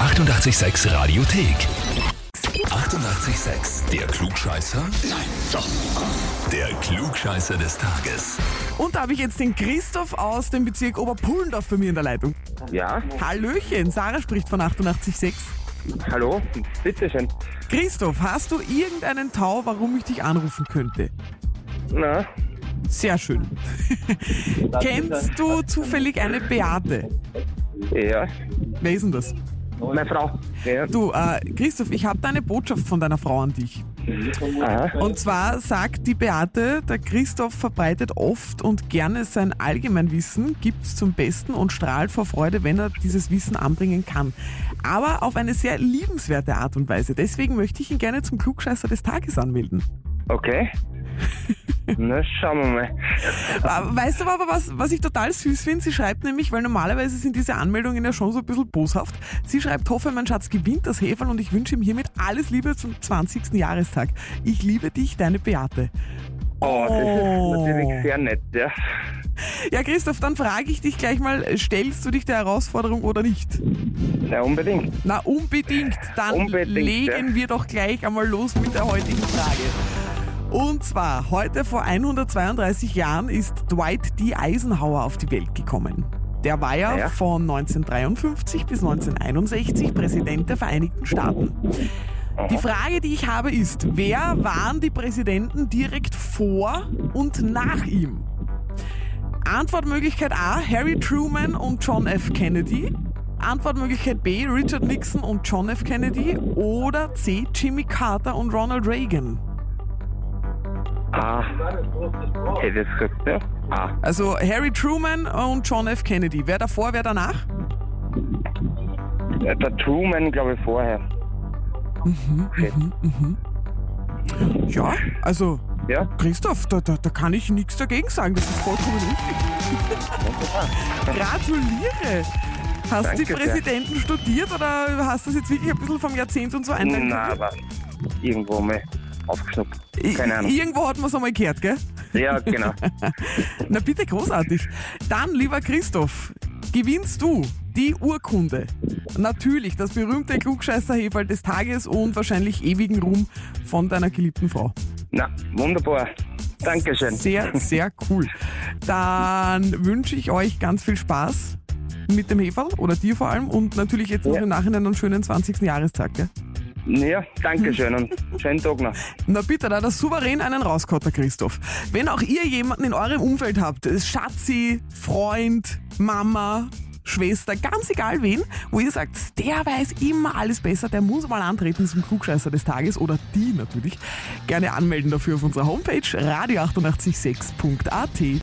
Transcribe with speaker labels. Speaker 1: 886 Radiothek. 88,6. Der Klugscheißer? Nein, doch. Der Klugscheißer des Tages.
Speaker 2: Und da habe ich jetzt den Christoph aus dem Bezirk Oberpullendorf bei mir in der Leitung.
Speaker 3: Ja,
Speaker 2: Hallöchen, Sarah spricht von 88.6.
Speaker 3: hallo, bitteschön.
Speaker 2: Christoph, hast du irgendeinen Tau, warum ich dich anrufen könnte?
Speaker 3: Na,
Speaker 2: Sehr schön. Kennst du zufällig eine Beate?
Speaker 3: ja,
Speaker 2: Wer ist denn das?
Speaker 3: meine Frau. Ja,
Speaker 2: Du, äh, Christoph, ich habe da eine Botschaft von deiner Frau an dich.
Speaker 3: aha,
Speaker 2: Und zwar sagt die Beate, der Christoph verbreitet oft und gerne sein Allgemeinwissen, gibt's zum Besten und strahlt vor Freude, wenn er dieses Wissen anbringen kann. Aber auf eine sehr liebenswerte Art und Weise. Deswegen möchte ich ihn gerne zum Klugscheißer des Tages anmelden.
Speaker 3: okay. Na, schauen wir mal.
Speaker 2: Aber Äh, Weißt du aber, was, was ich total süß finde? Sie schreibt nämlich, weil normalerweise sind diese Anmeldungen ja schon so ein bisschen boshaft. Sie schreibt, hoffe, mein Schatz gewinnt das Heferl und ich wünsche ihm hiermit alles Liebe zum 20. Jahrestag. Ich liebe dich, deine Beate.
Speaker 3: Oh, das
Speaker 2: Oh.
Speaker 3: ist natürlich sehr nett, ja.
Speaker 2: Ja, Christoph, dann frage ich dich gleich mal, stellst du dich der Herausforderung oder nicht?
Speaker 3: Ja, unbedingt.
Speaker 2: Na, unbedingt. Dann
Speaker 3: Unbedingt,
Speaker 2: legen
Speaker 3: ja.
Speaker 2: wir doch gleich einmal los mit der heutigen Frage. Und zwar, heute vor 132 Jahren ist Dwight D. Eisenhower auf die Welt gekommen. Der war ja,
Speaker 3: Ja.
Speaker 2: von 1953 bis 1961 Präsident der Vereinigten Staaten. Die Frage, die ich habe, ist, wer waren die Präsidenten direkt vor und nach ihm? Antwortmöglichkeit A, Harry Truman und John F. Kennedy. Antwortmöglichkeit B, Richard Nixon und John F. Kennedy. Oder C, Jimmy Carter und Ronald Reagan.
Speaker 3: Ah, hätte ich gesagt, ja. Ah,
Speaker 2: Also Harry Truman und John F. Kennedy. Wer davor, wer danach?
Speaker 3: der Truman, glaube ich, vorher.
Speaker 2: Mhm, Ja, also
Speaker 3: Ja,
Speaker 2: Christoph, da, da, da kann ich nichts dagegen sagen. Das ist vollkommen richtig. Gratuliere! Hast du die
Speaker 3: Danke sehr.
Speaker 2: Präsidenten studiert oder hast du das jetzt wirklich ein bisschen vom Jahrzehnt und so einteilen
Speaker 3: na, aber irgendwo mal aufgeschnuppt.
Speaker 2: I-
Speaker 3: Keine Ahnung.
Speaker 2: Irgendwo hat man es einmal gehört, gell?
Speaker 3: Ja, genau.
Speaker 2: Na bitte, großartig. Dann, lieber Christoph, gewinnst du die Urkunde. Natürlich, das berühmte Klugscheißer-Heferl des Tages und wahrscheinlich ewigen Ruhm von deiner geliebten Frau.
Speaker 3: Na, wunderbar. Dankeschön.
Speaker 2: Sehr, sehr cool. Dann wünsche ich euch ganz viel Spaß mit dem Heferl oder dir vor allem und natürlich jetzt noch
Speaker 3: Ja.
Speaker 2: im Nachhinein einen schönen 20. Jahrestag. Gell?
Speaker 3: Ja, Dankeschön und schönen Tag noch.
Speaker 2: Na bitte, da hat er souverän einen rauskotter, Christoph. Wenn auch ihr jemanden in eurem Umfeld habt, es ist Schatzi, Freund, Mama, Schwester, ganz egal wen, wo ihr sagt, der weiß immer alles besser, der muss mal antreten zum Klugscheißer des Tages oder die natürlich, gerne anmelden dafür auf unserer Homepage radio886.at.